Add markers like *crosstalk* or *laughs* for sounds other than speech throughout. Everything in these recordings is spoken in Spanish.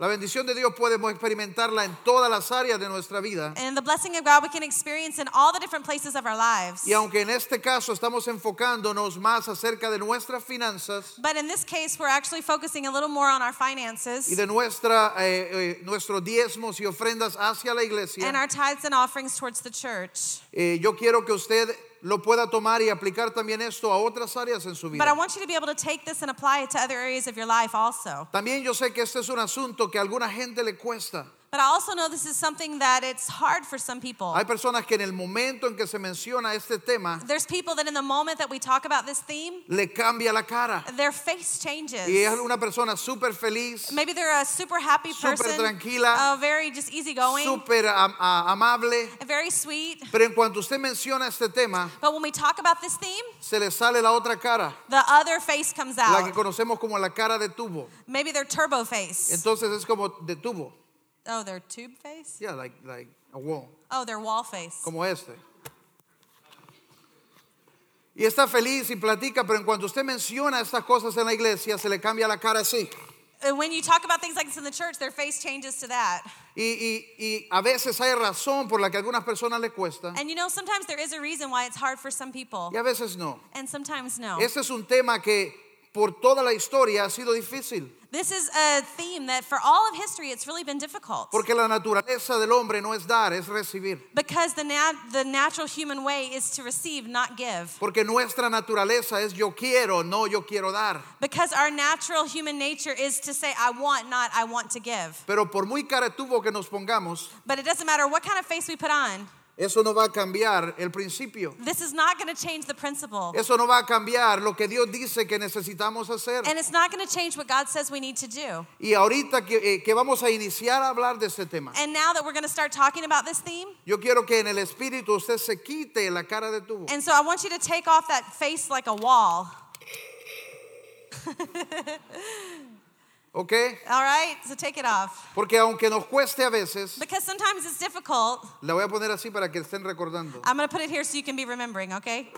La bendición de Dios podemos experimentarla en todas las áreas de nuestra vida. And the blessing of God we can experience in all the different places of our lives. Y aunque en este caso estamos enfocándonos más acerca de nuestras finanzas But in this case, we're actually focusing a little more on our finances y de nuestra, eh, eh, nuestros diezmos y ofrendas hacia la and iglesia, our tithes and offerings towards the church. eh, yo quiero que usted lo pueda tomar y aplicar también esto a otras áreas en su But I vida. want you to be able to take this and apply it to other areas of your life also. También yo sé que este es un asunto que a alguna gente le cuesta. But I also know this is something that it's hard for some people. Hay personas que en el momento en que se menciona este tema, There's people that in the moment that we talk about this theme, le cambia la cara. their face changes. Y es una persona súper feliz, Maybe they're a super happy Súper person, tranquila. uh, very just easygoing, súper am- a- amable. very sweet. Pero en cuanto usted menciona este tema, But when we talk about this theme, se le sale la otra cara, the other face comes out. la que conocemos como la cara de tubo. Maybe they're turbo face. Entonces es como de tubo, Oh, they're tube face? yeah, like, like a wall, Oh, they're wall face. como este. Y está feliz y platica, pero en cuanto usted menciona estas cosas en la iglesia, se le cambia la cara así. And when you talk about things like this in the church, their face changes to that. Y, y- y a veces hay razón por la que a algunas personas le cuesta And you know, sometimes there is a reason why it's hard for some people, y a veces no. and sometimes no. Este es un tema que por toda la historia ha sido difícil, This is a theme that for all of history, it's really been difficult. porque la naturaleza del hombre no es dar, es recibir. Because the, nat- the natural human way is to receive, not give. Porque nuestra naturaleza es yo quiero, no yo quiero dar. Because our natural human nature is to say, I want, not I want to give. Pero por muy cara tubo que nos pongamos, But it doesn't matter what kind of face we put on, eso no va a cambiar el principio. this is not going to change the principle. Eso no va a cambiar lo que Dios dice que necesitamos hacer. And it's not going to change what God says we need to do. Y ahorita que, eh, que vamos a iniciar a hablar de este tema, And now that we're going to start talking about this theme, yo quiero que en el espíritu usted se quite la cara de tubo. and so I want you to take off that face like a wall. ¿Ok? All right? So take it off. Porque aunque nos cueste a veces, Because sometimes it's difficult. la voy a poner así para que estén recordando. I'm going to put it here so you can be remembering, okay?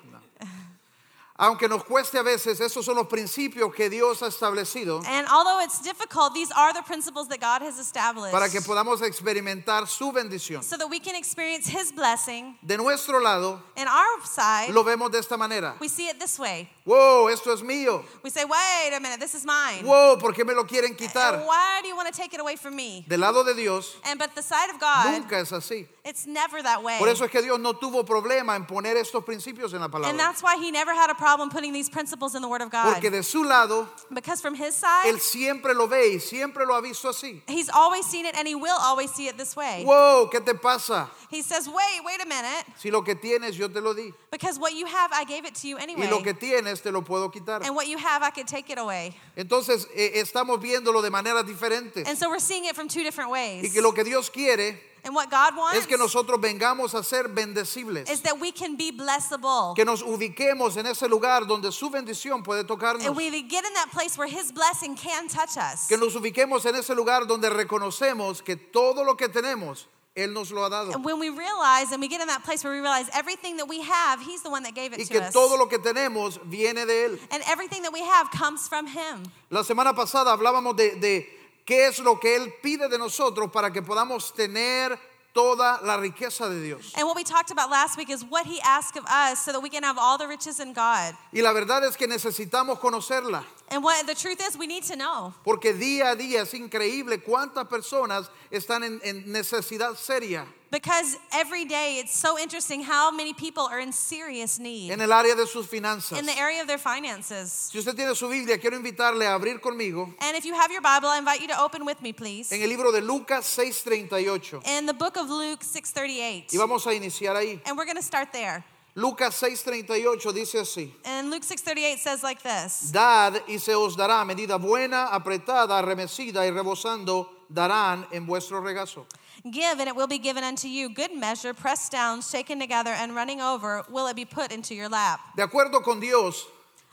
Aunque nos cueste a veces, esos son los principios que Dios ha establecido And although it's difficult, these are the principles that God has established para que podamos experimentar su bendición. so that we can experience His blessing. De nuestro lado, And our side, lo vemos de esta manera. eh, we see it this way. Wow, esto es mío. We say, wait a minute, this is mine. Wow, ¿por qué me lo quieren And quitar? Eh, why do you want to take it away from me? Del lado de Dios, And but the side of God, nunca es así. it's never that way. Por eso es que Dios no tuvo problema en poner estos principios en la And palabra. that's why he never had a problem putting these principles in the Word of God. Porque de su lado, Because from his side, Él siempre lo ve y siempre lo ha visto así. he's always seen it and he will always see it this way. Wow, ¿qué te pasa? He says, wait, wait a minute, Si lo que tienes yo te lo di because what you have, I gave it to you y lo que anyway. tienes te lo puedo quitar. And what you have, I could take it away. Entonces eh, estamos viéndolo de maneras diferentes. And so we're seeing it from two different Y ways. que lo que Dios quiere And what God es wants que nosotros vengamos a ser bendecibles. is that we can be blessable. Que nos ubiquemos en ese lugar donde su bendición puede tocarnos. And we get in that place where his blessing can touch us. Que nos ubiquemos en ese lugar donde reconocemos que todo lo que tenemos, Él nos lo ha dado. And when we realize and we get in that place where we realize everything that we have, he's the one that gave it Y to que us. todo lo que tenemos viene de Él. And everything that we have comes from him. La semana pasada hablábamos de, de qué es lo que Él pide de nosotros para que podamos tener toda la riqueza de Dios. And what we talked about last week is what he asked of us so that we can have all the riches in God. Y la verdad es que necesitamos conocerla. And what the truth is, we need to know. Porque día a día es increíble cuántas personas están en, en necesidad seria Because every day it's so interesting how many people are in serious need en el área de sus finanzas. in the area of their finances. Si usted tiene su Biblia, quiero invitarle a abrir conmigo And if you have your Bible, I invite you to open with me, please. en el libro de Lucas 6:38. In the book of Luke Y 6:38. vamos a iniciar ahí. And we're going to start there. Lucas 6:38 dice así: And Luke 6:38 says like this. Dad y se os dará medida buena, apretada, remecida y rebosando, darán en vuestro regazo. Give, and it will be given unto you. Good measure, pressed down, shaken together, and running over, will it be put into your lap. De acuerdo con Dios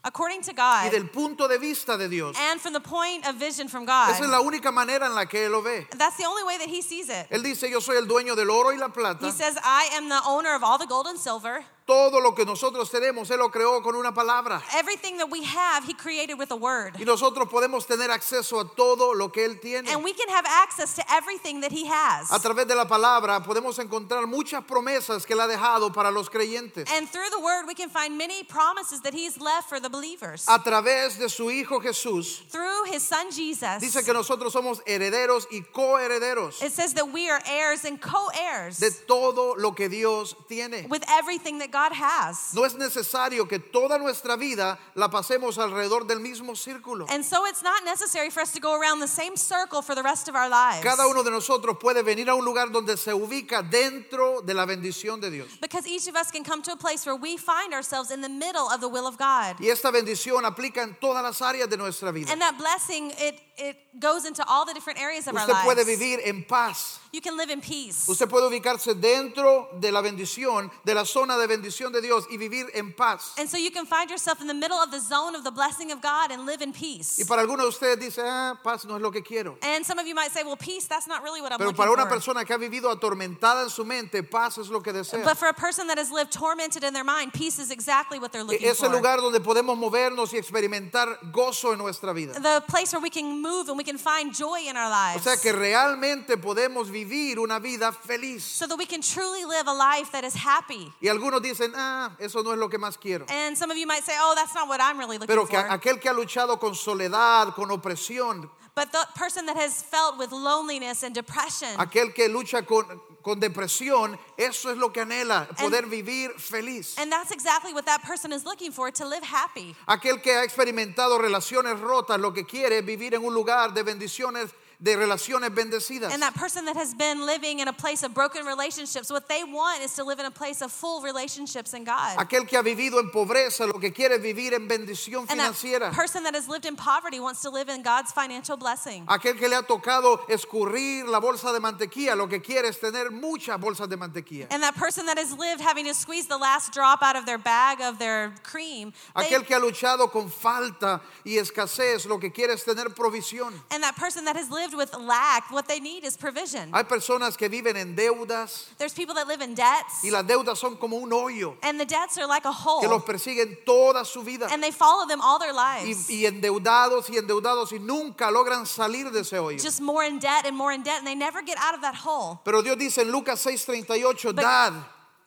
According to y God, del punto de vista de Dios, and from the point of vision from God, esa es la única manera en la que Él lo ve. that's the only way that He sees it. Él dice, yo soy el dueño del oro y la plata. He says, I am the owner of all the gold and silver, Todo lo que nosotros tenemos, Él lo creó con una palabra. Everything that we have, He created with a word. Y nosotros podemos tener acceso a todo lo que Él tiene. And we can have access to everything that He has. A través de la palabra podemos encontrar muchas promesas que Él ha dejado para los creyentes. And through the word, we can find many promises that He's left for the believers. A través de su Hijo Jesús, Through His Son Jesus, dice que nosotros somos herederos y coherederos it says that we are heirs and co heirs de todo lo que Dios tiene. with everything that God has. No es necesario que toda nuestra vida la pasemos alrededor del mismo círculo. And so it's not necessary for us to go around the same circle for the rest of our lives. Cada uno de nosotros puede venir a un lugar donde se ubica dentro de la bendición de Dios. Because each of us can come to a place where we find ourselves in the middle of the will of God. Y esta bendición aplica en todas las áreas de nuestra vida. And that blessing, it, it goes into all the different areas of our Usted lives. puede vivir en paz. You can live in peace. Usted puede ubicarse dentro de la bendición, de la zona de bendición de Dios y vivir en paz. And so you can find yourself in the middle of the zone of the blessing of God and live in peace. Y para algunos de ustedes dice, ah, paz no es lo que quiero. And some of you might say, well, peace, that's not really what I'm Pero looking para una for. persona que ha vivido atormentada en su mente, paz es lo que desea. But for a person that has lived tormented in their mind, peace is exactly what they're looking Es el for. E lugar donde podemos movernos y experimentar gozo en nuestra vida. The place where we can move and we can find joy in our O lives. sea que realmente podemos vivir una vida feliz. so that we can truly live a life that is happy. Y algunos dicen, ah, eso no es lo que más quiero. And some of you might say, oh, that's not what I'm really looking Pero que for. aquel que ha luchado con soledad, con opresión, but the person that has felt with loneliness and depression, aquel que lucha con, con depresión, eso es lo que anhela, poder vivir feliz. and that's exactly what that person is looking for to live happy. Aquel que ha experimentado relaciones rotas, lo que quiere es vivir en un lugar de bendiciones, de relaciones bendecidas. And that person that has been living in a place of broken relationships, what they want is to live in a place of full relationships in God. Aquel que ha vivido en pobreza, lo que quiere es vivir en bendición And that financiera. person that has lived in poverty wants to live in God's financial blessing. Aquel que le ha tocado escurrir la bolsa de mantequilla, lo que quiere es tener muchas bolsas de mantequilla. And that person that has lived having to squeeze the last drop out of their bag of their cream. they- Aquel que ha luchado con falta y escasez, lo que quiere es tener provisión. and that person that has lived with lack, what they need is provision. Hay personas que viven en deudas There's people that live in debts, y las deudas son como un hoyo and the debts are like a que los hole, persiguen toda su vida. Oh. and they follow them all their lives. Y, y endeudados y endeudados y nunca logran salir de ese hoyo. Just more in debt and more in debt, and they never get out of that hole. Pero Dios dice en Lucas 6:38, But- dad,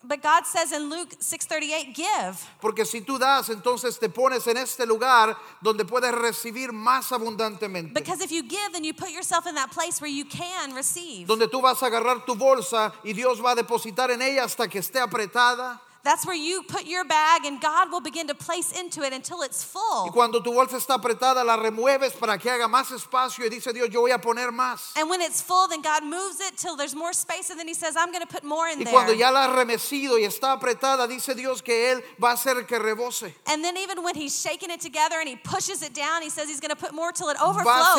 But God says in Luke 6:38, give. porque si tú das, entonces te pones en este lugar donde puedes recibir más abundantemente. Because if you give, then you put yourself in that place where you can receive. donde tú vas a agarrar tu bolsa y Dios va a depositar en ella hasta que esté apretada. That's where you put your bag and God will begin to place into it until it's Y full. cuando tu bolsa está apretada, la remueves para que haga más espacio y dice Dios, yo voy a poner más. And when it's full, then God moves it till there's more space and then he says, "I'm going to put more in Y cuando there." ya la has remecido y está apretada, dice Dios que Él va a hacer que rebose. And then even when he's shaking it together and he pushes it down, he says he's going to put more till it Va a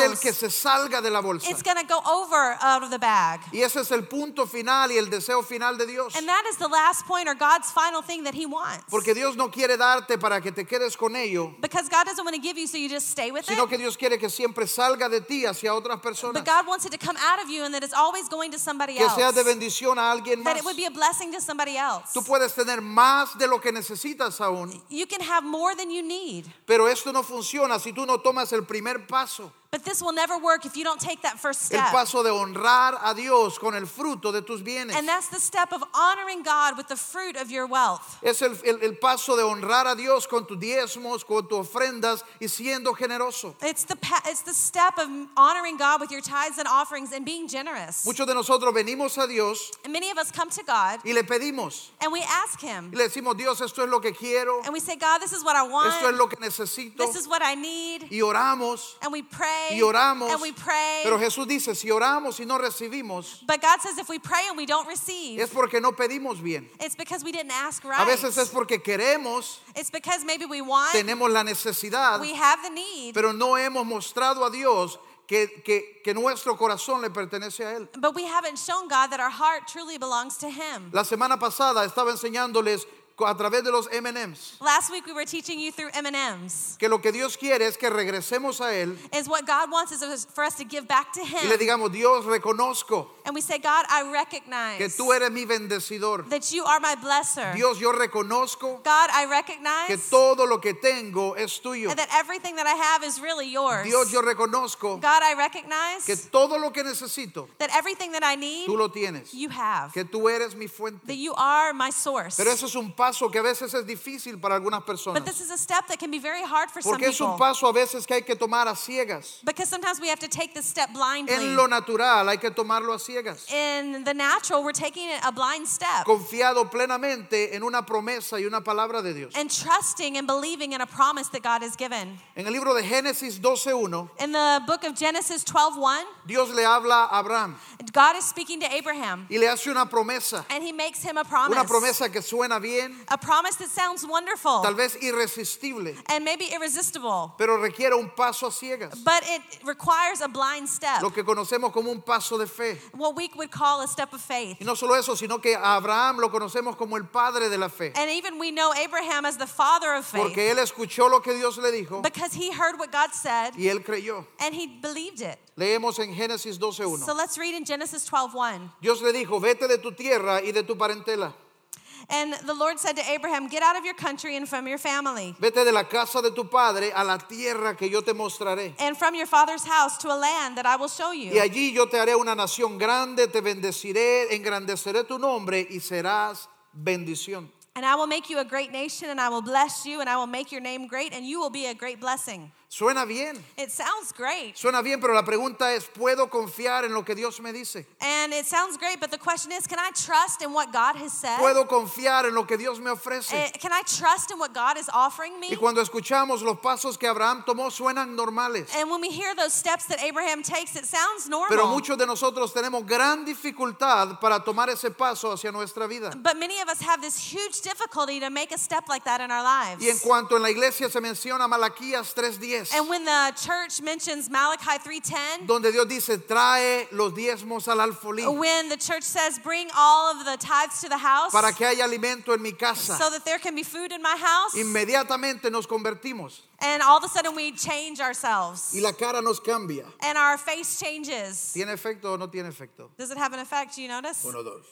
hacer que overflows. se salga de la bolsa. It's going to go over out of the bag. Y ese es el punto final y el deseo final de Dios. And that is the last point or God's final thing that he wants. Porque Dios no quiere darte para que te quedes con ello, Because God doesn't want to give you so you just stay with sino it. que Dios quiere que siempre salga de ti hacia otras personas. But God wants it to come out of you and that it's always going to somebody Que else. sea de bendición a alguien that más. it would be a blessing to somebody else. Tú puedes tener más de lo que necesitas aún, You can have more than you need. pero esto no funciona si tú no tomas el primer paso, But this will never work if you don't take that first el step. paso de honrar a Dios con el fruto de tus bienes. And that's the step of honoring God with the fruit of your wealth. Es el, el- el paso de honrar a Dios con tus diezmos, con tus ofrendas y siendo generoso. It's the pa- it's the step of honoring God with your tithes and offerings and being generous. Muchos de nosotros venimos a Dios And many of us come to God y le pedimos, and we ask y him le decimos, Dios, esto es lo que quiero, and we say, God, this is what I esto es want. lo que necesito, This is what I need. y oramos, And we pray y oramos. and we pray. Pero Jesús dice, si oramos y no recibimos, But God says if we pray and we don't receive, es porque no pedimos bien. it's because we didn't ask A right. veces es porque queremos, It's because maybe we want, tenemos la necesidad, we have the need, pero no hemos mostrado a Dios que, que- que nuestro corazón le pertenece a Él. but we haven't shown God that our heart truly belongs to Him. La semana pasada estaba enseñándoles co- a través de los MMs Last week we were teaching you through M&Ms. que lo que Dios quiere es que regresemos a Él Is what God wants is for us to give back to y le Him, digamos, Dios, reconozco and we say, God, I que recognize tú eres mi bendecidor. that you are my blesser. Dios, yo reconozco God, I que recognize todo lo que tengo es tuyo. and that everything that I have is really yours. Dios, yo reconozco God, I que recognize todo lo que necesito, that everything that I need, tú lo tienes. you have. Que tú eres mi That fuente. you are my source. Pero eso es un paso que a veces es difícil para algunas But personas. this is a step that can be very hard for some Porque es un people. paso a veces que hay que tomar a ciegas. Because sometimes we have to take this step blindly. En lo natural hay que tomarlo a ciegas. Eh. In the natural, we're taking a blind step Confiado plenamente en una promesa y una palabra de Dios. and trusting and believing in a promise that God has given. En el libro de Génesis 12.1, In the book of Genesis 12:1, Dios le habla a Abraham God is speaking to Abraham y le hace una promesa. and he makes him a promise. Una promesa que suena bien, A promise that sounds wonderful tal vez irresistible, and maybe irresistible, pero requiere un paso a ciegas. but it requires a blind step. Lo que conocemos como un paso de fe. what we would call a step of faith. Y no solo eso, sino que a Abraham lo conocemos como el padre de la fe. And even we know Abraham as the father of faith Porque él escuchó lo que Dios le dijo because he heard what God said y él creyó. and he believed it. Leemos en Génesis So 12.1. let's read in Genesis 12:1. Dios le dijo, vete de tu tierra y de tu parentela. And the Lord said to Abraham, "Get out of your country and from your family, Vete de la casa de tu padre a la tierra que yo te mostraré. and from your father's house to a land that I will show Y you. allí yo te haré una nación grande, te bendeciré, engrandeceré tu nombre y serás bendición. And I will make you a great nation and I will bless you and I will make your name great and you will be a great blessing." Suena bien, It sounds great. suena bien, pero la pregunta es, ¿puedo confiar en lo que Dios me dice? And it sounds great, but the question is, can I trust in what God has said? ¿Puedo confiar en lo que Dios me Eh, ofrece? Can I trust in what God is offering me? Y cuando escuchamos los pasos que Abraham tomó suenan normales, And when we hear those steps that Abraham takes, it sounds normal. pero muchos de nosotros tenemos gran dificultad para tomar ese paso hacia nuestra vida. but many of us have this huge difficulty to make a step like that in our lives. Y en cuanto en la iglesia se menciona Malaquías 3:10, and when the church mentions Malachi 3:10, donde Dios dice, trae los diezmos al alfolí when the church says bring all of the tithes to the house para que haya alimento en mi casa. so that there can be food in my house, Inmediatamente nos convertimos and all of a sudden we change ourselves y la cara nos cambia. and our face changes. ¿Tiene efecto o no tiene efecto? Does it have an effect? Do you notice? Uno, dos.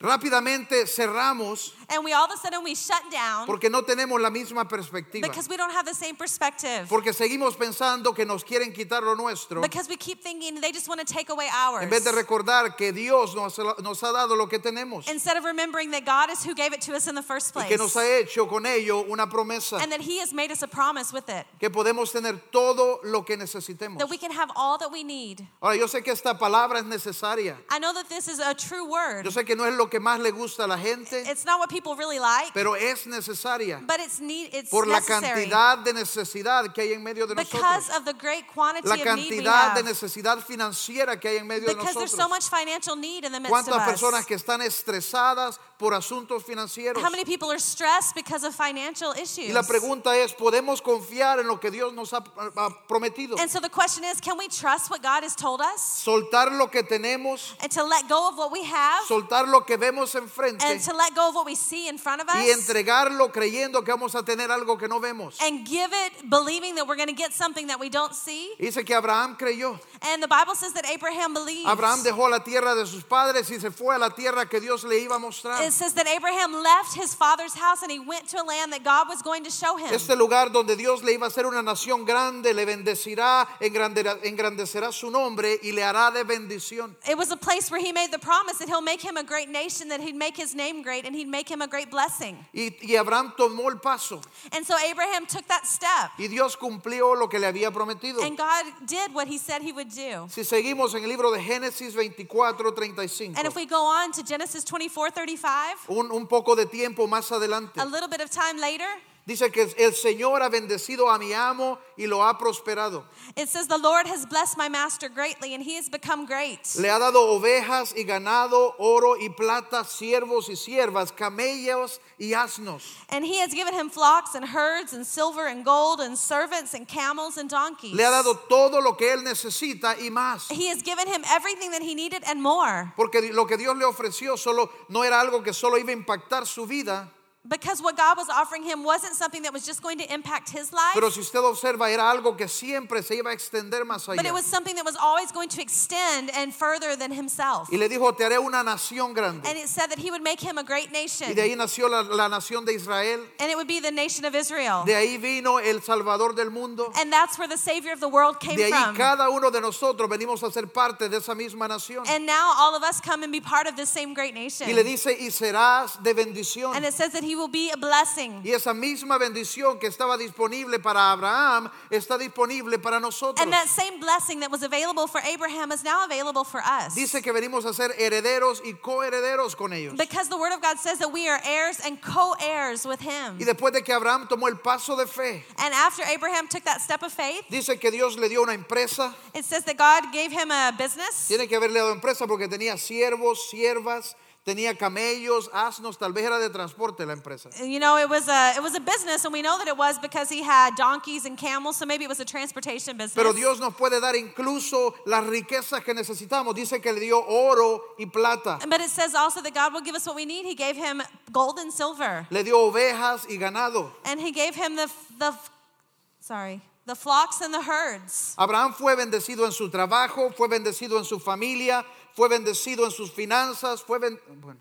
Rápidamente cerramos And we all of a sudden we shut down porque no tenemos la misma perspectiva. because we don't have the same perspective. Porque seguimos pensando que nos quieren quitar lo nuestro Because we keep thinking they just want to take away ours. en vez de recordar que Dios nos, nos ha dado lo que tenemos y Instead of remembering that God is who gave it to us in the first place. que nos ha hecho con ello una promesa and that He has made us a promise with it. que podemos tener todo lo que necesitemos. That we can have all that we need. Ahora, yo sé que esta palabra es necesaria. I know that this is a true word. Yo sé que no es lo que más le gusta a la gente, It's not what people really like, pero es necesaria but it's need it's por la necessary. cantidad de necesidad que hay en medio de nosotros. because of the great quantity La of need we cantidad have. de necesidad financiera que hay en medio de because there's so nosotros. much financial need in the midst of ¿Cuántas us. personas que están estresadas por asuntos financieros? How many people are stressed because of financial issues? Y la pregunta es, ¿podemos confiar en lo que Dios nos ha ha prometido? and so the question is, can we trust what God has told us? Soltar lo que tenemos, And to let go of what we have soltar lo que vemos enfrente Oh. and to let go of what we see in front of us y entregarlo creyendo que vamos a tener algo que no vemos. and give it believing that we're going to get something that we don't see. Dice que Abraham creyó. And the Bible says that Abraham believed. Abraham dejó la tierra de sus padres y se fue a la tierra que Dios le iba a mostrar. it says that Abraham left his father's house and he went to a land that God was going to show him. Este lugar donde Dios le iba a hacer una nación grande, le bendecirá, engranderá- engrandecerá su nombre y le hará de bendición. it was a place where he made the promise that he'll make him a great nation, that he'd make his name great, and he'd make him a great blessing. Y, y Abraham tomó el paso And so Abraham took that step, y Dios cumplió lo que le había prometido. and God did what he said he would do. Si seguimos en el libro de Génesis 24, 35, And if we go on to Genesis 24 35, un, un poco de tiempo más adelante, a little bit of time later, dice que el Señor ha bendecido a mi amo y lo ha prosperado. It says, The Lord has blessed my master greatly, and he has become great. Le ha dado ovejas y ganado, oro y plata, siervos y siervas, camellos y asnos. And he has given him flocks and herds and silver and gold and servants and camels and donkeys. Le ha dado todo lo que él necesita y más. He has given him everything that he needed and more. Porque lo que Dios le ofreció solo no era algo que solo iba a impactar su vida, Because what God was offering him wasn't something that was just going to impact his life, Pero si usted observa, era algo que siempre se iba a extender más but allá. it was something that was always going to extend and further than himself. Y le dijo, te haré una nación grande. And it said that he would make him a great nation. Y de ahí nació la, la nación de Israel. And it would be the nation of Israel. De ahí vino el Salvador del mundo. And that's where the Savior of the world came De ahí from. cada uno de nosotros venimos a ser parte de esa misma nación. And now all of us come and be part of this same great nation. Y le dice, y serás de bendición. And it says that he will be a blessing. Y esa misma bendición que estaba disponible para Abraham está disponible para nosotros. And that same blessing that was available for Abraham is now available for us. Dice que venimos a ser herederos y coherederos con ellos. Because the Word of God says that we are heirs and co heirs with him. Y después de que Abraham tomó el paso de fe, And after Abraham took that step of faith, dice que Dios le dio una empresa. it says that God gave him a business. Tiene que haberle dado empresa porque tenía siervos, siervas, tenía camellos, asnos, tal vez era de transporte la empresa. You know, it was a it was a business, and we know that it was because he had donkeys and camels, so maybe it was a transportation business. Pero Dios nos puede dar incluso las riquezas que necesitamos. Dice que le dio oro y plata. But it says also that God will give us what we need. He gave him gold and silver, Le dio ovejas y ganado. and he gave him the the sorry the flocks and the herds. Abraham fue bendecido en su trabajo, fue bendecido en su familia, fue bendecido en sus finanzas, fue ben- bueno,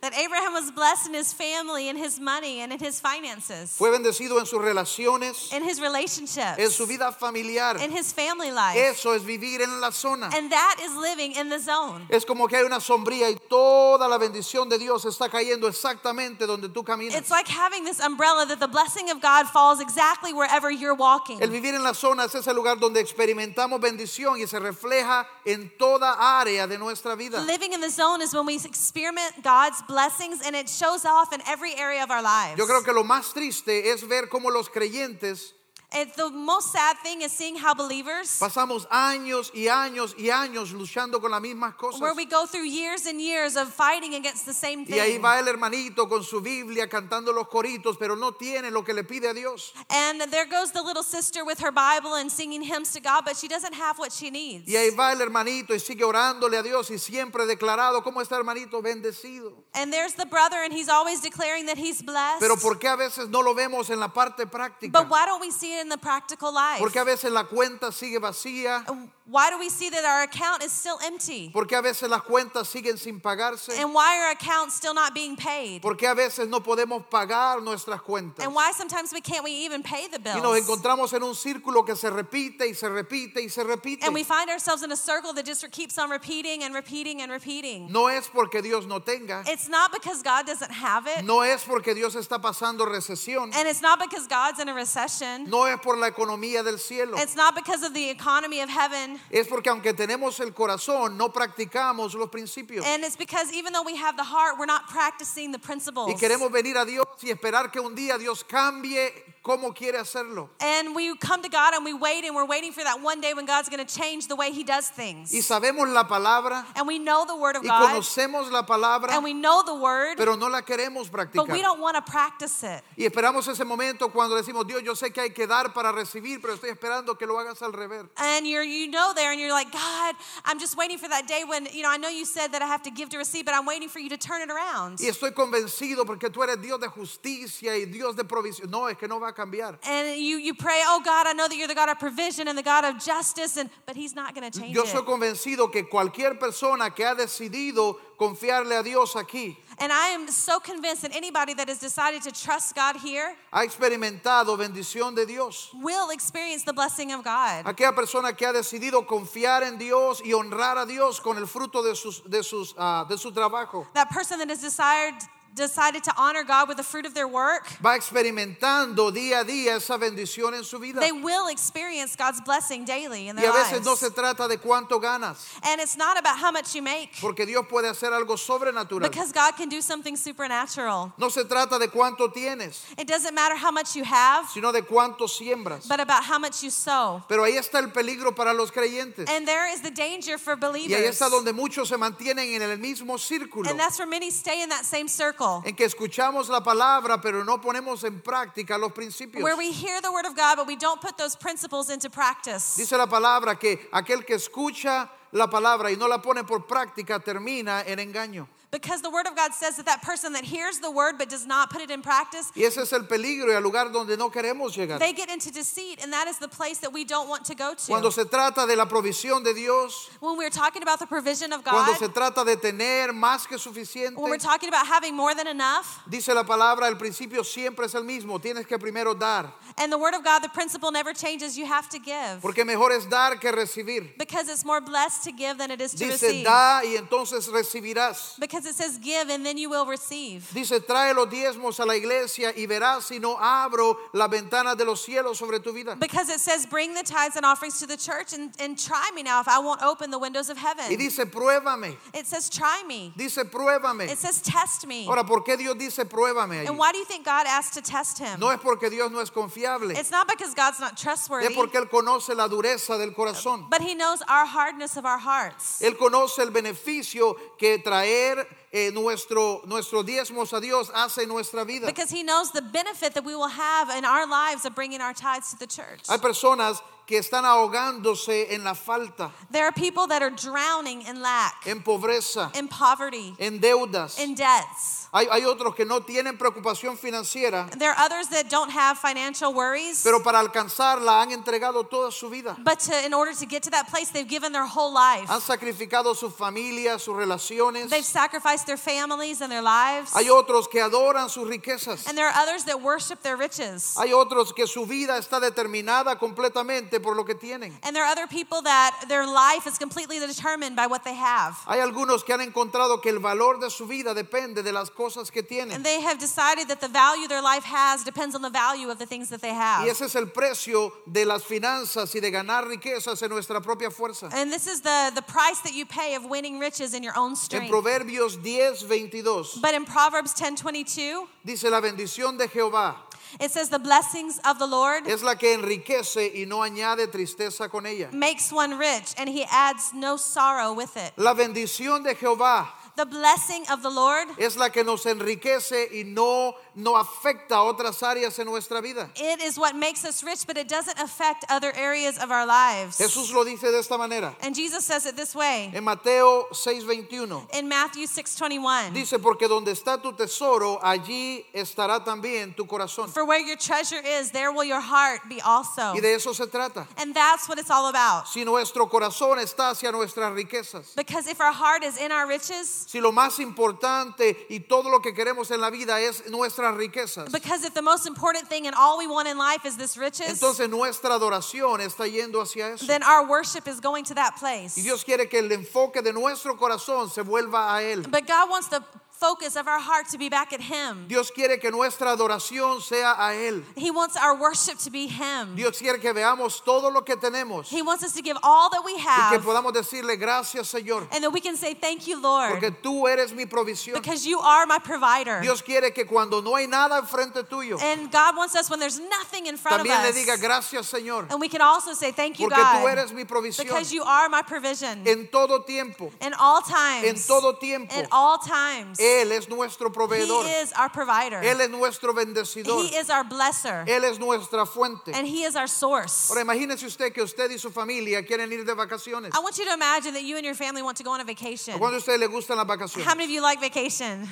That Abraham was blessed in his family, in his money, and in his finances, fue bendecido en sus relaciones, in his relationships, en su vida familiar. in his family life, Eso es vivir en la zona. and that is living in the zone. Es como que hay una sombría y toda la bendición de Dios está cayendo exactamente donde tú caminas. It's like having this umbrella that the blessing of God falls exactly wherever you're walking. El vivir en la zona es ese lugar donde experimentamos bendición y se refleja en toda área de nuestra vida. Living in the zone is when we experiment God's blessings and it shows off in every area of our lives. Yo creo que lo más triste es ver cómo los creyentes It's the most sad thing is seeing how believers, pasamos años y años y años luchando con las mismas where cosas. we go through years and years of fighting against the same Y ahí thing. va el hermanito con su Biblia cantando los coritos, pero no tiene lo que le pide a Dios. And there goes the little sister with her Bible and singing hymns to God, but she doesn't have what she needs. Y ahí va el hermanito y sigue orándole a Dios y siempre declarado cómo está hermanito bendecido. And there's the brother, and he's always declaring that he's blessed. Pero ¿por qué a veces no lo vemos en la parte práctica? But why don't we see it in the practical life? Porque a veces la cuenta sigue vacía. Uh, Why do we see that our account is still empty? Porque a veces las cuentas siguen sin pagarse. And why are accounts still not being paid? Porque a veces no podemos pagar nuestras cuentas. And why sometimes we can't we even pay the Y nos bills? encontramos en un círculo que se repite y se repite y se repite. And we find ourselves in a circle that just keeps on repeating and repeating and repeating. No es porque Dios no tenga. It's not because God doesn't have it, No es porque Dios está pasando recesión. and it's not because God's in a recession. No es por la economía del cielo. It's not because of the economy of heaven, Es porque aunque tenemos el corazón, no practicamos los principios. and it's because even though we have the heart, we're not practicing the principles. Y queremos venir a Dios y esperar que un día Dios cambie cómo quiere hacerlo. And we come to God and we wait, and we're waiting for that one day when God's going to change the way He does Y things. sabemos la palabra And we know the Word of y God, conocemos la palabra, and we know the Word, pero no la queremos but we practicar. don't want to practice it. Y esperamos ese momento cuando decimos, Dios, yo sé que hay que dar para recibir, pero estoy esperando que lo hagas al revés. and you're you know there and you're like god i'm just waiting for that day when you know i know you said that i have to give to receive but i'm waiting for you to turn it around Y estoy convencido porque tú eres Dios de justicia y Dios de provisión. No, es que no va a cambiar. and you you pray oh god i know that you're the god of provision and the god of justice and but he's not going to change Yo soy it convencido que cualquier persona que ha decidido confiarle a Dios aquí and i am so convinced that anybody that has decided to trust god here ha experimentado bendición de Dios. will experience the blessing of god Aquella persona que ha decidido confiar en Dios y honrar a Dios con el fruto de, sus, de, sus, ah, de su trabajo that person that has desired decided to honor god with the fruit of their work va experimentando día a día esa bendición en su vida. they will experience god's blessing daily in Y their a veces no lives se trata de cuánto ganas, and it's not about how much you make porque Dios puede hacer algo sobrenatural. Because God can do something supernatural. No se trata de cuánto tienes, It doesn't matter how much you have, sino de cuánto siembras. but about how much you sow. Pero ahí está el peligro para los creyentes. And there is the danger for Y ahí believers. está donde muchos se mantienen en el mismo círculo, And that's where many stay in that same circle. en que escuchamos la palabra pero no ponemos en práctica los principios. Where we hear the word of God, but we don't put those principles into practice. Dice la palabra que aquel que escucha la palabra y no la pone por práctica termina en engaño. Because the Word of God says that that person that hears the Word but does not put it in practice, Y ese es el peligro y el lugar donde no queremos llegar. they get into deceit, and that is the place that we don't want to go to. Cuando se trata de la provisión de Dios, when we're talking about the provision of cuando God, se trata de tener más que suficiente, when we're talking about having more than enough, dice la palabra, el principio siempre es el mismo, tienes que primero dar, and the Word of God, the principle never changes, you have to give. porque mejor es dar que recibir. Because it's more blessed to give than it is to Dice, receive. da y entonces recibirás. Because it says give and then you will receive. Dice, trae los diezmos a la iglesia y verás si no abro las ventanas de los cielos sobre tu vida. Because it says bring the tithes and offerings to the church and, and try me now if I won't open the windows of Y heaven. dice, pruébame, It says try me. dice, pruébame. It says test me. Ahora, ¿por qué Dios dice, pruébame? allí? And why do you think God asked to test him? No es porque Dios no es confiable, It's not because God's not es trustworthy, porque Él conoce la dureza del corazón. but he knows our hardness of our hearts. Él conoce el beneficio que traer eh, nuestro, nuestro diezmos a Dios hace en nuestra vida. Because he knows the benefit that we will have in our lives of bringing our tithes to the church. Hay personas que están ahogándose en la falta, There are people that are drowning in lack, en pobreza, in poverty, en deudas. in debts. Hay, hay otros que no tienen preocupación financiera, There are others that don't have financial worries, pero para alcanzarla han entregado toda su vida. but to, in order to get to that place, they've given their whole life. Han sacrificado su familia, sus relaciones. They've sacrificed their families and their lives. Hay otros que adoran sus riquezas. And there are others that worship their riches. Hay otros que su vida está determinada completamente por lo que tienen. And there are other people that their life is completely determined by what they have. Hay algunos que han encontrado que el valor de su vida depende de las cosas que And tienen. they have decided that the value their life has depends on the value of the things that they Y have. ese es el precio de las finanzas y de ganar riquezas en nuestra propia fuerza. And this is the, the price that you pay of winning riches in your own En strength. Proverbios 10, 22 But in Proverbs 10:22, dice la bendición de Jehová it says the blessings of the Lord es la que enriquece y no añade tristeza con ella. makes one rich and he adds no sorrow with it. La bendición de Jehová The blessing of the Lord es la que nos enriquece y no, no afecta a otras áreas en nuestra vida. it is what makes us rich but it doesn't affect other areas of our lives. Jesús lo dice de esta manera. And Jesus says it this way En Mateo 6:21 in Matthew 6:21. dice, porque donde está tu tesoro, allí estará también tu corazón. For where your treasure is there will your heart be also. Y de eso se trata. And that's what it's all about. Si nuestro corazón está hacia nuestras riquezas, Because if our heart is in our riches, si lo más importante y todo lo que queremos en la vida es nuestras riquezas, because if the most important thing and all we want in life is this riches, entonces nuestra adoración está yendo hacia eso. then our worship is going to that Y place. Dios quiere que el enfoque de nuestro corazón se vuelva a Él. But God wants the focus of our heart to be back at him. Dios quiere que nuestra adoración sea a Él. He wants our worship to be Him. Dios quiere que veamos todo lo que tenemos He wants us to give all that we y que have podamos decirle gracias Señor. and that we can say, Thank you, Lord, Porque tú eres mi provisión. because you are my provider. Dios quiere que cuando no hay nada enfrente tuyo, And God wants us when there's nothing in front of también le us. diga gracias Señor. And we can also say, Thank you, Porque tú God, eres mi provisión because you are my provision en todo tiempo. in all times. En todo tiempo. In all times. Él es nuestro He proveedor. is our provider. Él es nuestro bendecidor. He is our blesser. Él es nuestra fuente. And He is our source. Ahora imagínese usted que usted y su familia quieren ir de vacaciones. I want you to imagine that you and your family want to go on a vacation. ¿A cuándo a usted le gustan las How vacaciones? many of you like vacation?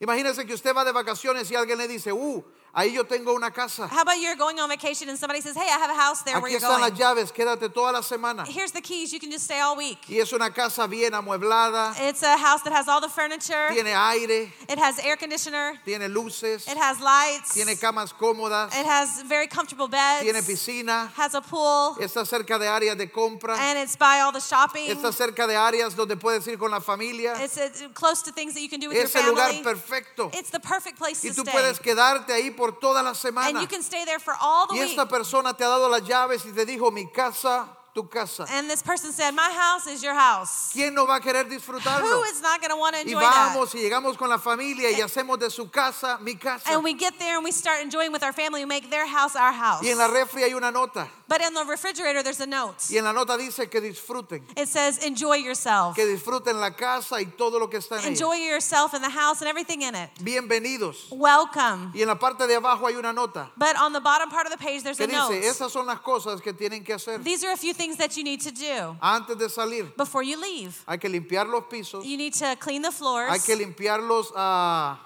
Imagínese que usted va de vacaciones y alguien le dice, uh, ahí yo tengo una casa. How about you're going on vacation and somebody says, Hey, I have a house there where Aquí you're están going. las llaves, quédate toda la semana. Here's the keys. You can just stay all week. Y es una casa bien amueblada, It's a house that has all the furniture. tiene aire, It has air conditioner. tiene luces, It has lights. tiene It camas cómodas, has very comfortable tiene beds. piscina, Has a pool. está cerca de áreas de compra, And it's by all the shopping. está cerca de áreas donde puedes ir con la familia. It's uh, close to things that you can do with your Es el lugar family. perfecto. It's the perfect place Y to tú stay. puedes quedarte ahí por toda la And you semana. can stay there for all the Y week. esta persona te ha dado las llaves y te dijo, mi casa, tu casa. And this person said, My house is your house. ¿Quién no va a querer Who disfrutarlo? is not going to want to Y enjoy that? vamos y llegamos con la familia y hacemos de su casa mi casa. And we get there and we start enjoying with our family. We make their house our house. Y en la refri hay una nota. But in the refrigerator, there's a note. Y en la nota dice que disfruten, It says, enjoy yourself. que disfruten la casa y todo lo que está en ella. Enjoy yourself and the house and everything in it. Bienvenidos. Welcome. Y en la parte de abajo hay una nota But on the bottom part of the page, there's que a note. dice, esas son las cosas que tienen que hacer These are a few things that you need to do antes de salir. before you leave. Hay que limpiar los pisos, You need to clean the floors. hay que limpiar los ah,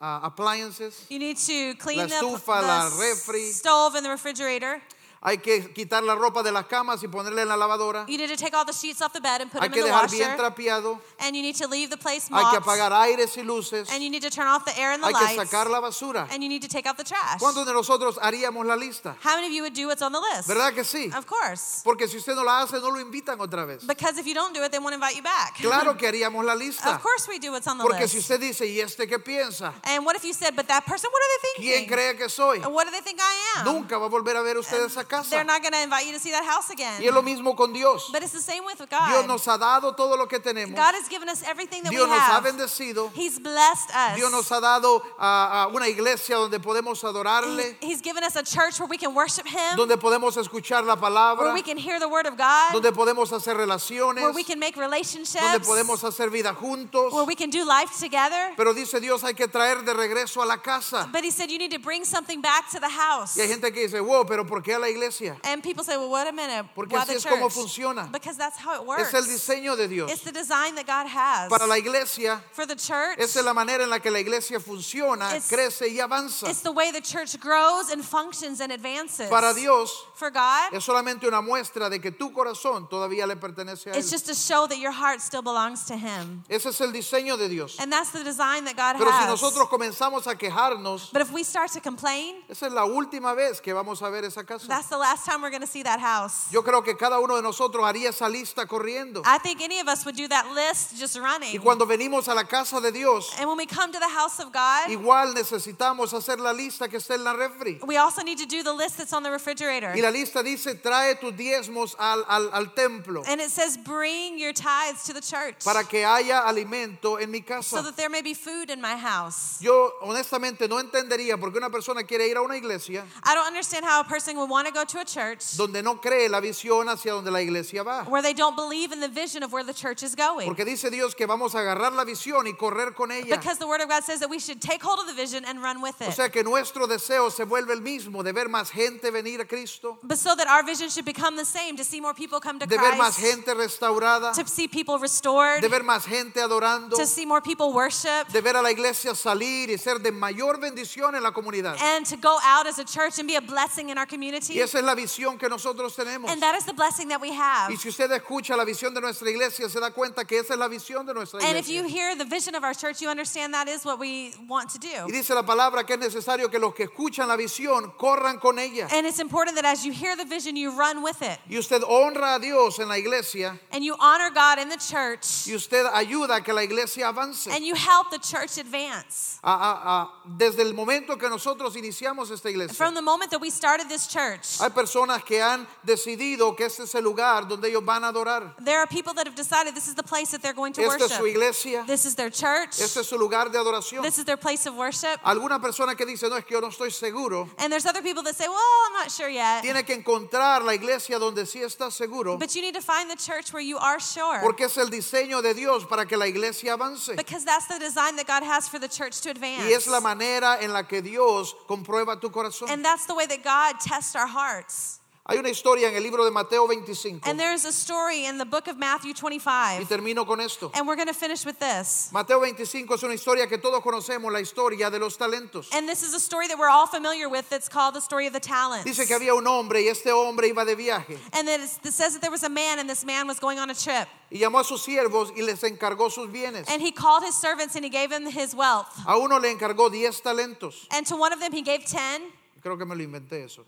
ah, appliances, you need to clean La the, estufa, the la refri. stove and the refrigerator. hay que quitar la ropa de las camas y ponerla en la lavadora, You need to take all the sheets off the bed and put hay them que in the dejar washer. bien trapeado, and you need to leave the place hay que mopped. apagar aires y luces, and you need to turn off the air and the hay que lights. sacar la basura. and you need to take out the trash. ¿Cuántos de nosotros haríamos la lista? How many of you would do what's on the list? ¿Verdad que sí? Of course. Porque si usted no la hace, no lo invitan otra vez. *laughs* Because if you don't do it, they won't invite you back. Claro que haríamos la Of lista. course we do what's on the Porque list. si usted dice, ¿y este qué piensa? and what if you said, but that person, what are they ¿Quién thinking? cree que soy? What do they think I am? Nunca va a volver a ver usted esa Oh, They're casa. not going to invite you to see that house again. Y es lo mismo con Dios. But it's the same with Dios God. nos ha dado todo lo que tenemos. God has given us everything that Dios we nos ha have. bendecido. He's blessed us. Dios nos ha dado ah, ah, una iglesia donde podemos adorarle, He- He's given us a church where we can worship Him, donde podemos escuchar la where palabra, we can hear the Word of God, donde podemos hacer relaciones, where we can make relationships, donde podemos hacer vida juntos. where we can do life together. Pero dice Dios, hay que traer de regreso a la casa. But He said, you need to bring something back to the house. Y hay gente que dice, wow, pero ¿por qué a la iglesia? And people say, well, wait a minute. Porque why así the es como church? funciona. Because that's how it works. Ah. Es el diseño de Dios. It's the design that God has. Para la iglesia, For the church, esa es la manera en la que la iglesia funciona, It's- crece y avanza. it's the way the church grows and functions and advances. Para Dios For God, es solamente una muestra de que tu corazón todavía le pertenece a Él. It's just to show that your heart still belongs to Him. Ese es el diseño de Dios. And that's the design that God Pero si has. nosotros comenzamos a quejarnos, but if we start to complain, esa es la última vez que vamos a ver esa casa. that's the last time we're going to see that house. Yo creo que cada uno de nosotros haría esa lista corriendo. I think any of us would do that list just running. Y cuando venimos a la casa de Dios, and when we come to the house of God, igual necesitamos hacer la lista que está en la refri. we also need to do the list that's on the refrigerator. Y la lista dice, trae tus diezmos al, al- al templo and it says, bring your tithes to the church para que haya alimento en mi so casa. that there may be food in my house. Yo honestamente no entendería por qué una persona quiere ir a una iglesia I don't understand how a person would want to go to a church donde no cree la visión hacia donde la iglesia va. where they don't believe in the vision of where the church is going. Porque dice Dios que vamos a agarrar la visión y correr con ella. Because the Word of God says that we should take hold of the vision and run with O it. sea que nuestro deseo se vuelve el mismo de ver más gente venir a Cristo, But so that our vision should become the same to see more people come to de ver más Christ, gente restaurada, to see people restored, de ver más gente adorando, to see more people worship, de ver a la iglesia salir y ser de mayor bendición en la comunidad. and to go out as a church and be a blessing in our community. Y esa es la visión que nosotros tenemos. And that is the blessing that we Y have. si usted escucha la visión de nuestra iglesia, se da cuenta que esa es la visión de nuestra And if you iglesia. hear the vision of our church, you understand that is what we want to Y do. dice la palabra que es necesario que los que escuchan la visión corran con ella. And it's important that as you hear the vision, you run with it. Y usted honra a Dios en la iglesia And you honor God in the church. y usted ayuda a que la iglesia avance. And you help the church advance. a- a- a- desde el momento que nosotros iniciamos esta iglesia. From the moment that we started this church, Hay personas que han decidido que este es el lugar donde ellos van a adorar. there are people that have decided this is the place that they're going to Esta es su worship. iglesia, This is their church. este es su lugar de adoración. This is their place of worship. Alguna persona que dice, no, es que yo no estoy seguro, And there's other people that say, well, I'm not sure yet. tiene que encontrar la iglesia donde sí está seguro, But you need to find the church where you are sure. porque es el diseño de Dios para que la iglesia avance. Because that's the design that God has for the church to Y es advance. la manera en la que Dios comprueba tu corazón. And that's the way that God tests our hearts. Hay una historia en el libro de Mateo 25, And there's a story in the book of Matthew y 25. termino con esto. And we're going to finish with this. Mateo 25 es una historia que todos conocemos, la historia de los talentos. And this is a story that we're all familiar with that's called the story of the talents. Dice que había un hombre y este hombre iba de viaje And then it's- it says that there was a man, and this man was going on a trip. y llamó a sus siervos y les encargó sus bienes. And he called his servants and he gave them his wealth. A uno le encargó 10 talentos, And to one of them he gave 10, creo que me lo inventé eso.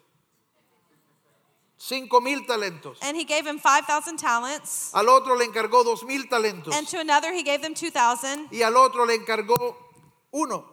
5 mil talentos. and he gave him 5,000 talents. Al otro le encargó 2 mil talentos And to another he gave them 2,000. y al otro le encargó uno,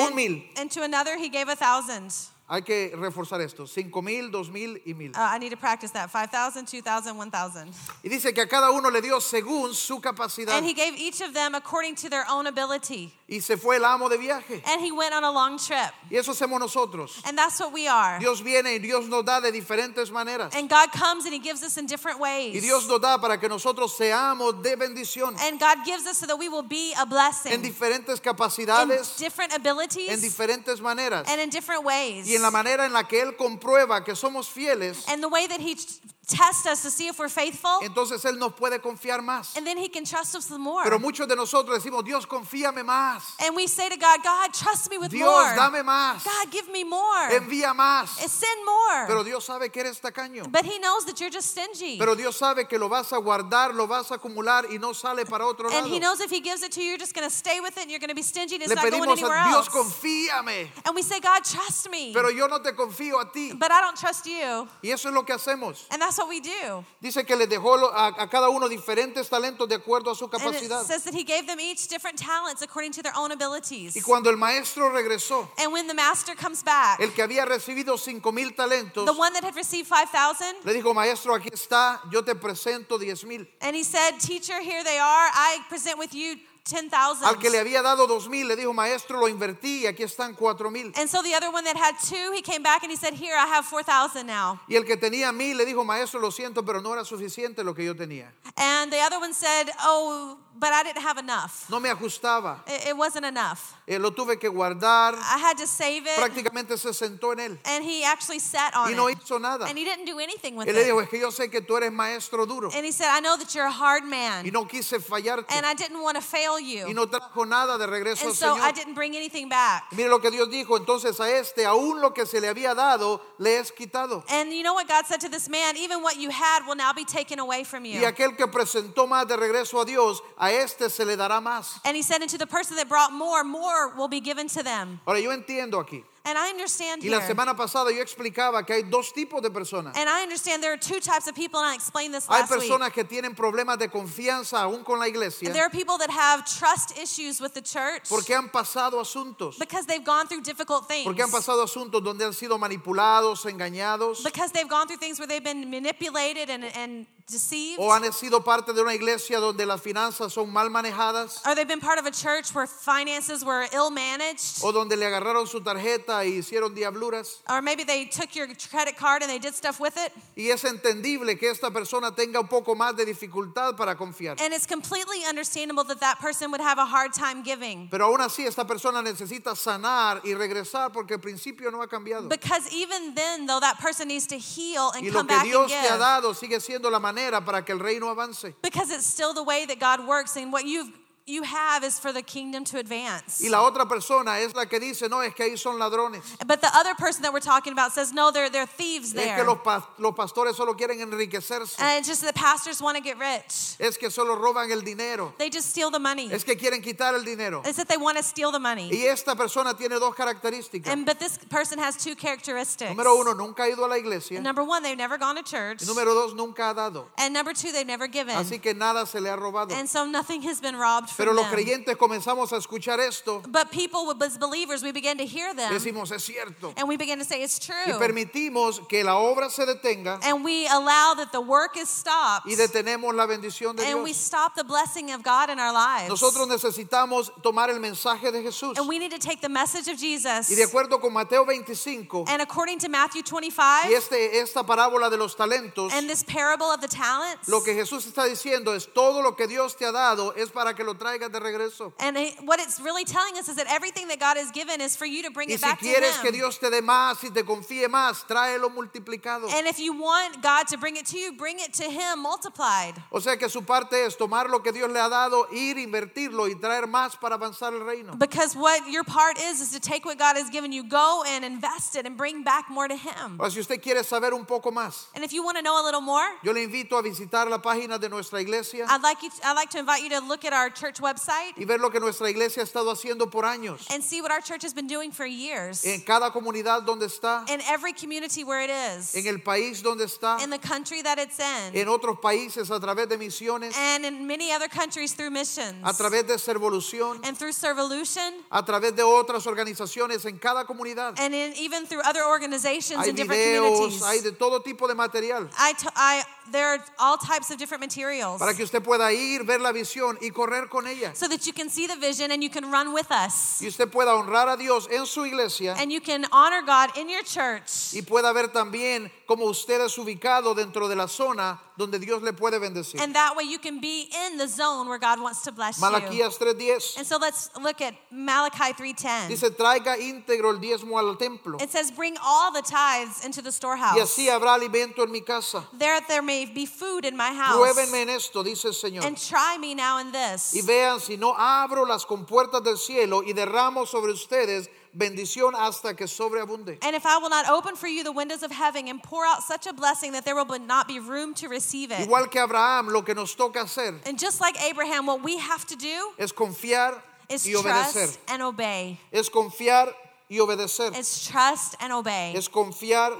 un And, mil. and to another he gave a 1,000. Hay que reforzar esto, 5 mil, 2 mil y mil. Uh, I need to practice that 5,000, 2,000, 1,000. Y dice que a cada uno le dio según su capacidad. And he gave each of them according to their own ability. Y se fue el amo de viaje. And he went on a long trip. Y eso hacemos nosotros. And that's what we are. Dios viene y Dios nos da de diferentes maneras. And God comes and he gives us in different Y ways. Dios nos da para que nosotros seamos de bendición And God gives us so that we will be a en blessing diferentes in capacidades, different en abilities diferentes maneras. and in different ways. Y en la manera en la que Él comprueba que somos fieles, And the way that he t- tests us to see if we're faithful. entonces Él nos puede confiar más. And then he can trust us with more. Pero muchos de nosotros decimos, Dios, confíame más. And we say to God, God, trust me with Dios, more. dame más. God, give me more. Envía más. And Send more. Pero Dios sabe que eres tacaño. but he knows that you're just stingy. Pero Dios sabe que lo vas a guardar, lo vas a acumular y no sale para otro and lado. he knows if he gives it to you, you're just going to stay with it and you're going to be stingy and it's Le not going pedimos anywhere a Dios, else. confíame. and we say, God, trust me. Pero yo no te confío a ti. but I don't trust you. Y eso es lo que hacemos. And that's what we do. Dice que les dejó lo- a, a cada uno diferentes talentos de acuerdo a su And it capacidad. says that he gave them each different talents according to their own abilities. Y cuando el maestro regresó, and when the master comes back, el que había recibido cinco mil talentos, the one that had received 5,000, le dijo, maestro, aquí está, yo te presento diez mil. and he said, Teacher, here they are. I present with you 10,000. Al que le había dado dos mil, le dijo, maestro, lo invertí y aquí están cuatro mil. And so the other one that had two, he came back and he said, Here, I have 4,000 now. Y el que tenía mil, le dijo, maestro, lo siento, pero no era suficiente lo que yo tenía. And the other one said, Oh, but I didn't have enough. No me ajustaba. It, it wasn't enough. Eh, lo tuve que guardar. I had to save it. Prácticamente se sentó en él And he actually sat on y no it. hizo nada. And he didn't do anything with Él le dijo, it. es que yo sé que tú eres maestro duro And he said, I know that you're a hard y man. no quise fallarte And I didn't want to fail y you. no trajo nada de regreso And al so I Señor. didn't bring anything back. Mire lo que Dios dijo, entonces a este, aún lo que se le había dado, le es quitado. And you know what God said to this man? Even what you had will now be taken away from Y you. aquel que presentó más de regreso a Dios, a este se le dará más. And he said, unto the person that brought more, more will be given to them. Ahora yo entiendo aquí. And I understand Y la here. semana pasada yo explicaba que hay dos tipos de personas. And I understand there are two types of people, and I explained this Hay last week. personas que tienen problemas de confianza aún con la And there iglesia are people that have trust issues with the church porque han pasado asuntos. because they've gone through difficult things. Porque han pasado asuntos donde han sido manipulados, engañados Because they've gone through things where they've been manipulated and, and deceived. o han sido parte de una iglesia donde las finanzas son mal manejadas Or they've been part of a church where finances were ill managed. o donde le agarraron su tarjeta y hicieron diabluras. Or maybe they took your credit card and they did stuff with it. Y es entendible que esta persona tenga un poco más de dificultad para confiar. And it's completely understandable that that person would have a hard time giving. Pero aún así esta persona necesita sanar y regresar porque el principio no ha cambiado. Because even then, though, that person needs to heal and Y lo come que back Dios te and give. ha dado sigue siendo la manera para que el reino avance. Because it's still the way that God works, and what you've you have is for the kingdom to advance. Y la otra persona es la que dice, no, es que ahí son ladrones. But the other person that we're talking about says, no, they're they're thieves Es there, Eh. que los, pas- los pastores solo quieren enriquecerse. and it's just the pastors want to get rich. es que solo roban el dinero, They just steal the money. es que quieren quitar el dinero. It's that they want to steal the money. Y esta persona tiene dos características. And but this person has two characteristics. Número uno, nunca ha ido a la iglesia. Number one, they've never gone to church, Y número dos, nunca ha dado. and number two, they've never given, Así que nada se le ha robado. and so nothing has been robbed Pero from los them. creyentes comenzamos a escuchar esto. But people, with- as believers, we begin to hear them, Decimos, es cierto. and we begin to say it's Y true, permitimos que la obra se detenga and we allow that the work is stopped. y detenemos la bendición de And we Dios. stop the blessing of God in our lives. Nosotros necesitamos tomar el mensaje de Jesús. and we need to take the message of Jesus. Y de acuerdo con Mateo 25 and according to Matthew 25 y este, esta parábola de los talentos, and this parable of the talents, Lo que Jesús está diciendo es todo lo que Dios te ha dado es para que lo traigas de regreso. and it- what it's really telling us is that everything that God has given is for you to bring Y it si back to quieres Him. que Dios te dé más y te confíe más, tráelo multiplicado. and if you want God to bring it to you, bring it to Him multiplied. O sea que su parte es tomar lo que Dios le ha dado, ir, invertirlo y traer más para avanzar el reino. Because what your part is, is to take what God has given you, go and invest it and bring back more to Him. Ahora, si usted quiere saber un poco más, And if you want to know a little more, yo le invito a visitar la página de nuestra iglesia. I'd like, you I'd like to invite you to look at our church church website y ver lo que nuestra iglesia ha estado haciendo por años and see what our church has been doing for years en cada comunidad donde está, in every community where it is, en el país donde está, in the country that it's in, en otros países a través de misiones, and in many other countries through missions a través de Servolución, and through Servolution a través de otras organizaciones en cada comunidad. and in, even through other organizations Hay in different videos, hay communities. de todo tipo de material I t- I, there are all types of different materials para que usted pueda ir, ver la visión y correr con ella. so that you can see the vision and you can run with us Y usted pueda honrar a Dios en su iglesia and you can honor God in your church. y pueda ver también cómo usted es ubicado dentro de la zona donde Dios le puede bendecir. And that way you can be in the zone where God wants to bless you. Malaquías 3:10 And so let's look at Malachi 3:10. dice, traiga íntegro el diezmo al templo It says bring all the tithes into the y storehouse. así habrá alimento en mi casa. There there may be food in my Pruébenme house. en esto, dice el Señor. And try me now in Y this. vean si no abro las compuertas del cielo y derramo sobre ustedes bendición hasta que sobreabunde. And if I will not open for you the windows of heaven and pour out such a blessing that there will be- not be room to receive it. Igual que Abraham, lo que nos toca hacer And just like Abraham, what we have to do es confiar is y obedecer. trust and obey. Es confiar y obedecer. It's trust and obey. Es confiar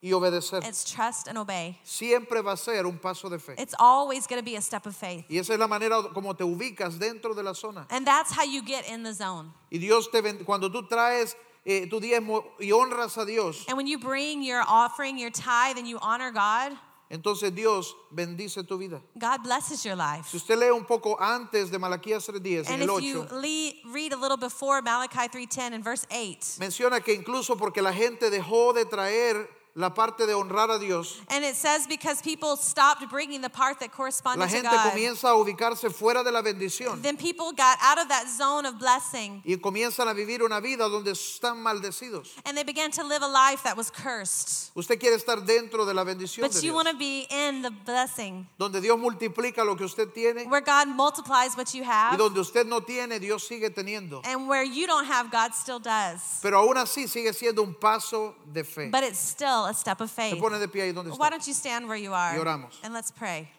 y obedecer. It's trust and obey. Siempre va a ser un paso de fe. It's always going to be a step of faith. Y esa es la manera como te ubicas dentro de la zona. And that's how you get in the zone. Y Dios te ben- cuando tú traes eh, tu diezmo y honras a Dios, And when you bring your offering, your tithe, and you honor God, entonces Dios bendice tu vida. God blesses your life. Si usted lee un poco antes de Malaquías 3:10 en And el if you 8, le- read a little before Malachi 3:10 and verse 8, menciona que incluso porque la gente dejó de traer la parte de honrar a Dios, and it says because people stopped bringing the part that la corresponded to gente God, comienza a ubicarse fuera de la bendición then people got out of that zone of blessing y comienzan a vivir una vida donde están maldecidos. and they began to live a life that was cursed. Usted quiere estar dentro de la bendición de But you Dios, want to be in the blessing donde Dios multiplica lo que usted tiene where God multiplies what you y have, donde usted no tiene, Dios sigue teniendo. and where you don't have, God still does. Pero aún así sigue siendo un paso de fe. But it's still a step of Se faith. pone de pie ahí donde Why está. don't you stand where you are? Y oramos. And let's pray.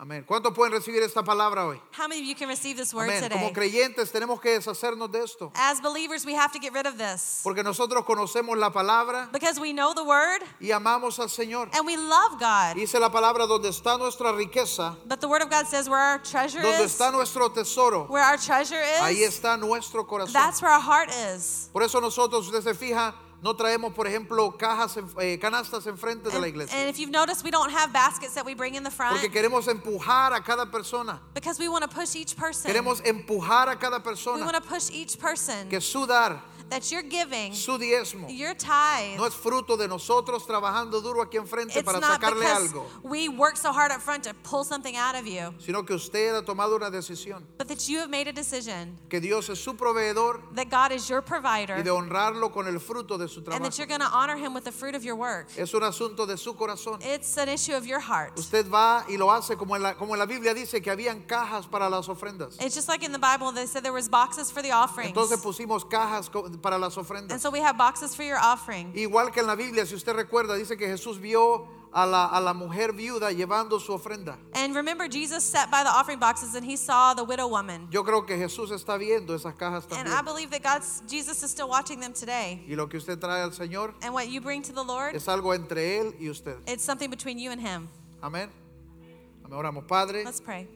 Amén. ¿Cuántos pueden recibir esta palabra hoy? How many of you can receive this word Amén. Como today? creyentes tenemos que deshacernos de esto. As believers, we have to get rid of this Porque nosotros conocemos la palabra because we know the word y amamos al Señor. and we love God. Dice la palabra donde está nuestra riqueza, But the word of God says where our treasure donde is, está nuestro tesoro, where our treasure ahí is, está nuestro corazón. that's where our heart is. Por eso nosotros, usted se fija, no traemos, por ejemplo, cajas, en- eh, canastas enfrente de And, la iglesia. and if you've noticed, we don't have baskets that we bring in the Porque front queremos empujar a cada persona. because we want to push each person. Queremos empujar a cada We persona want to push each person que su dar, that you're giving su diezmo, your tithe. no es fruto de nosotros trabajando duro aquí enfrente It's para not sacarle because algo, we work so hard up front to pull something out of you, sino que usted ha tomado una decisión, but that you have made a decision que Dios es su proveedor that God is your y de provider honrarlo con el fruto de su and trabajo. that you're going to honor him with the fruit of your work. Es un asunto de su corazón. It's an issue of your heart. Usted va y lo hace como en la, como en la Biblia dice que habían cajas para las ofrendas. It's just like in the Bible, they said there was boxes for the offerings. Entonces pusimos cajas co- para las And ofrendas. so we have boxes for your offering. Igual que en la Biblia, si usted recuerda, dice que Jesús vio a la, a la mujer viuda llevando su ofrenda. And remember, Jesus sat by the offering boxes and he saw the widow woman. Yo creo que Jesús está viendo esas cajas And I también. believe that God's Jesus is still watching them today. Y lo que usted trae al Señor And what you bring to the Lord, es algo entre Él y usted. it's something between you and him. Amén. Amén. Oramos, Padre. Let's pray.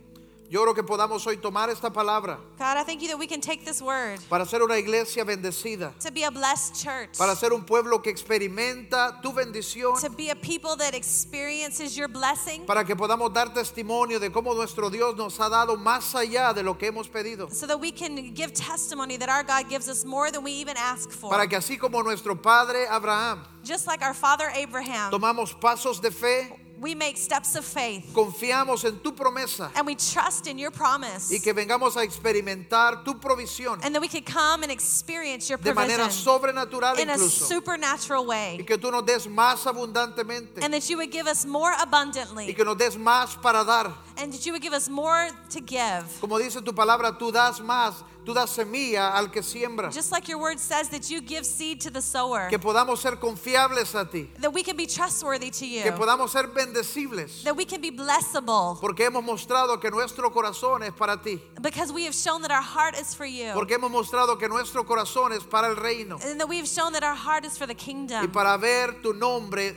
Yo creo que podamos hoy tomar esta palabra God, I thank you that we can take this word para ser una iglesia bendecida, to be a blessed church, para ser un pueblo que experimenta tu bendición, to be a people that experiences your blessing, para que podamos dar testimonio de cómo nuestro Dios nos ha dado más allá de lo que hemos pedido, so that we can give testimony that our God gives us more than we even ask for. para que así como nuestro padre Abraham Just like our father Abraham, tomamos pasos de fe, we make steps of faith confiamos en tu promesa and we trust in your promise, y que vengamos a experimentar tu provisión and that we can come and experience your de manera provision sobrenatural in a incluso supernatural y way, que tú nos des más abundantemente and that you would give us more y abundantly, que nos des más para dar and that you would give us more to give. Como dice tu palabra, tú das más, tú das semilla al que siembra. Just like your word says that you give seed to the sower, Que podamos ser confiables a ti. that we can be trustworthy to you, Que podamos ser bendecibles. that we can be blessable Porque hemos mostrado que nuestro corazón es para ti. because we have shown that our heart is for you Porque hemos mostrado que nuestro corazón es para el reino. and that we have shown that our heart is for the Y kingdom para ver tu nombre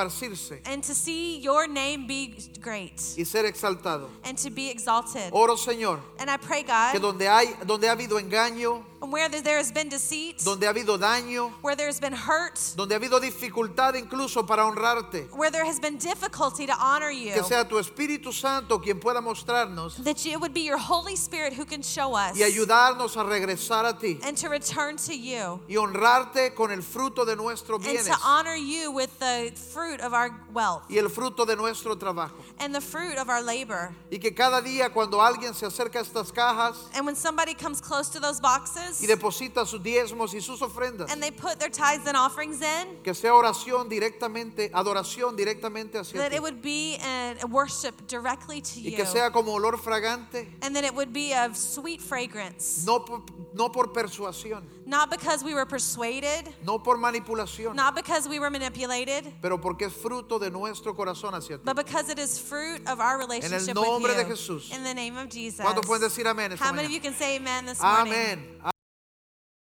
esparcirse and to see your name be great y ser exaltado. and to be exalted. Oro Señor, And I pray, Oh, que God, donde, hay, donde ha habido engaño, where there has been deceit, donde ha habido daño, where there has been hurt, donde ha habido dificultad incluso para honrarte, where there has been difficulty to honor you, que sea tu Espíritu Santo quien pueda mostrarnos that you, it would be your Holy Spirit who can show us y ayudarnos a regresar a ti and to return to you y honrarte con el fruto de nuestros and bienes to honor you with the fruit of our wealth y el fruto de nuestro trabajo. and the fruit of our labor. Y que cada día cuando alguien se acerca a estas cajas And when somebody comes close to those boxes y deposita sus diezmos y sus ofrendas, and they put their tithes and offerings in, que sea oración directamente, adoración directamente hacia that ti. it would be a worship directly to Y you que sea como olor fragante, and that it would be of sweet fragrance. no por, no por persuasión, Not because we were persuaded, no por manipulación, not because we were manipulated, pero porque es fruto de nuestro corazón hacia ti. but because it is fruit of our relationship nombre with de you. Jesús. In the name of Jesus. ¿Cuántos pueden decir amén esta How many mañana? of you can say amen this morning? Amén.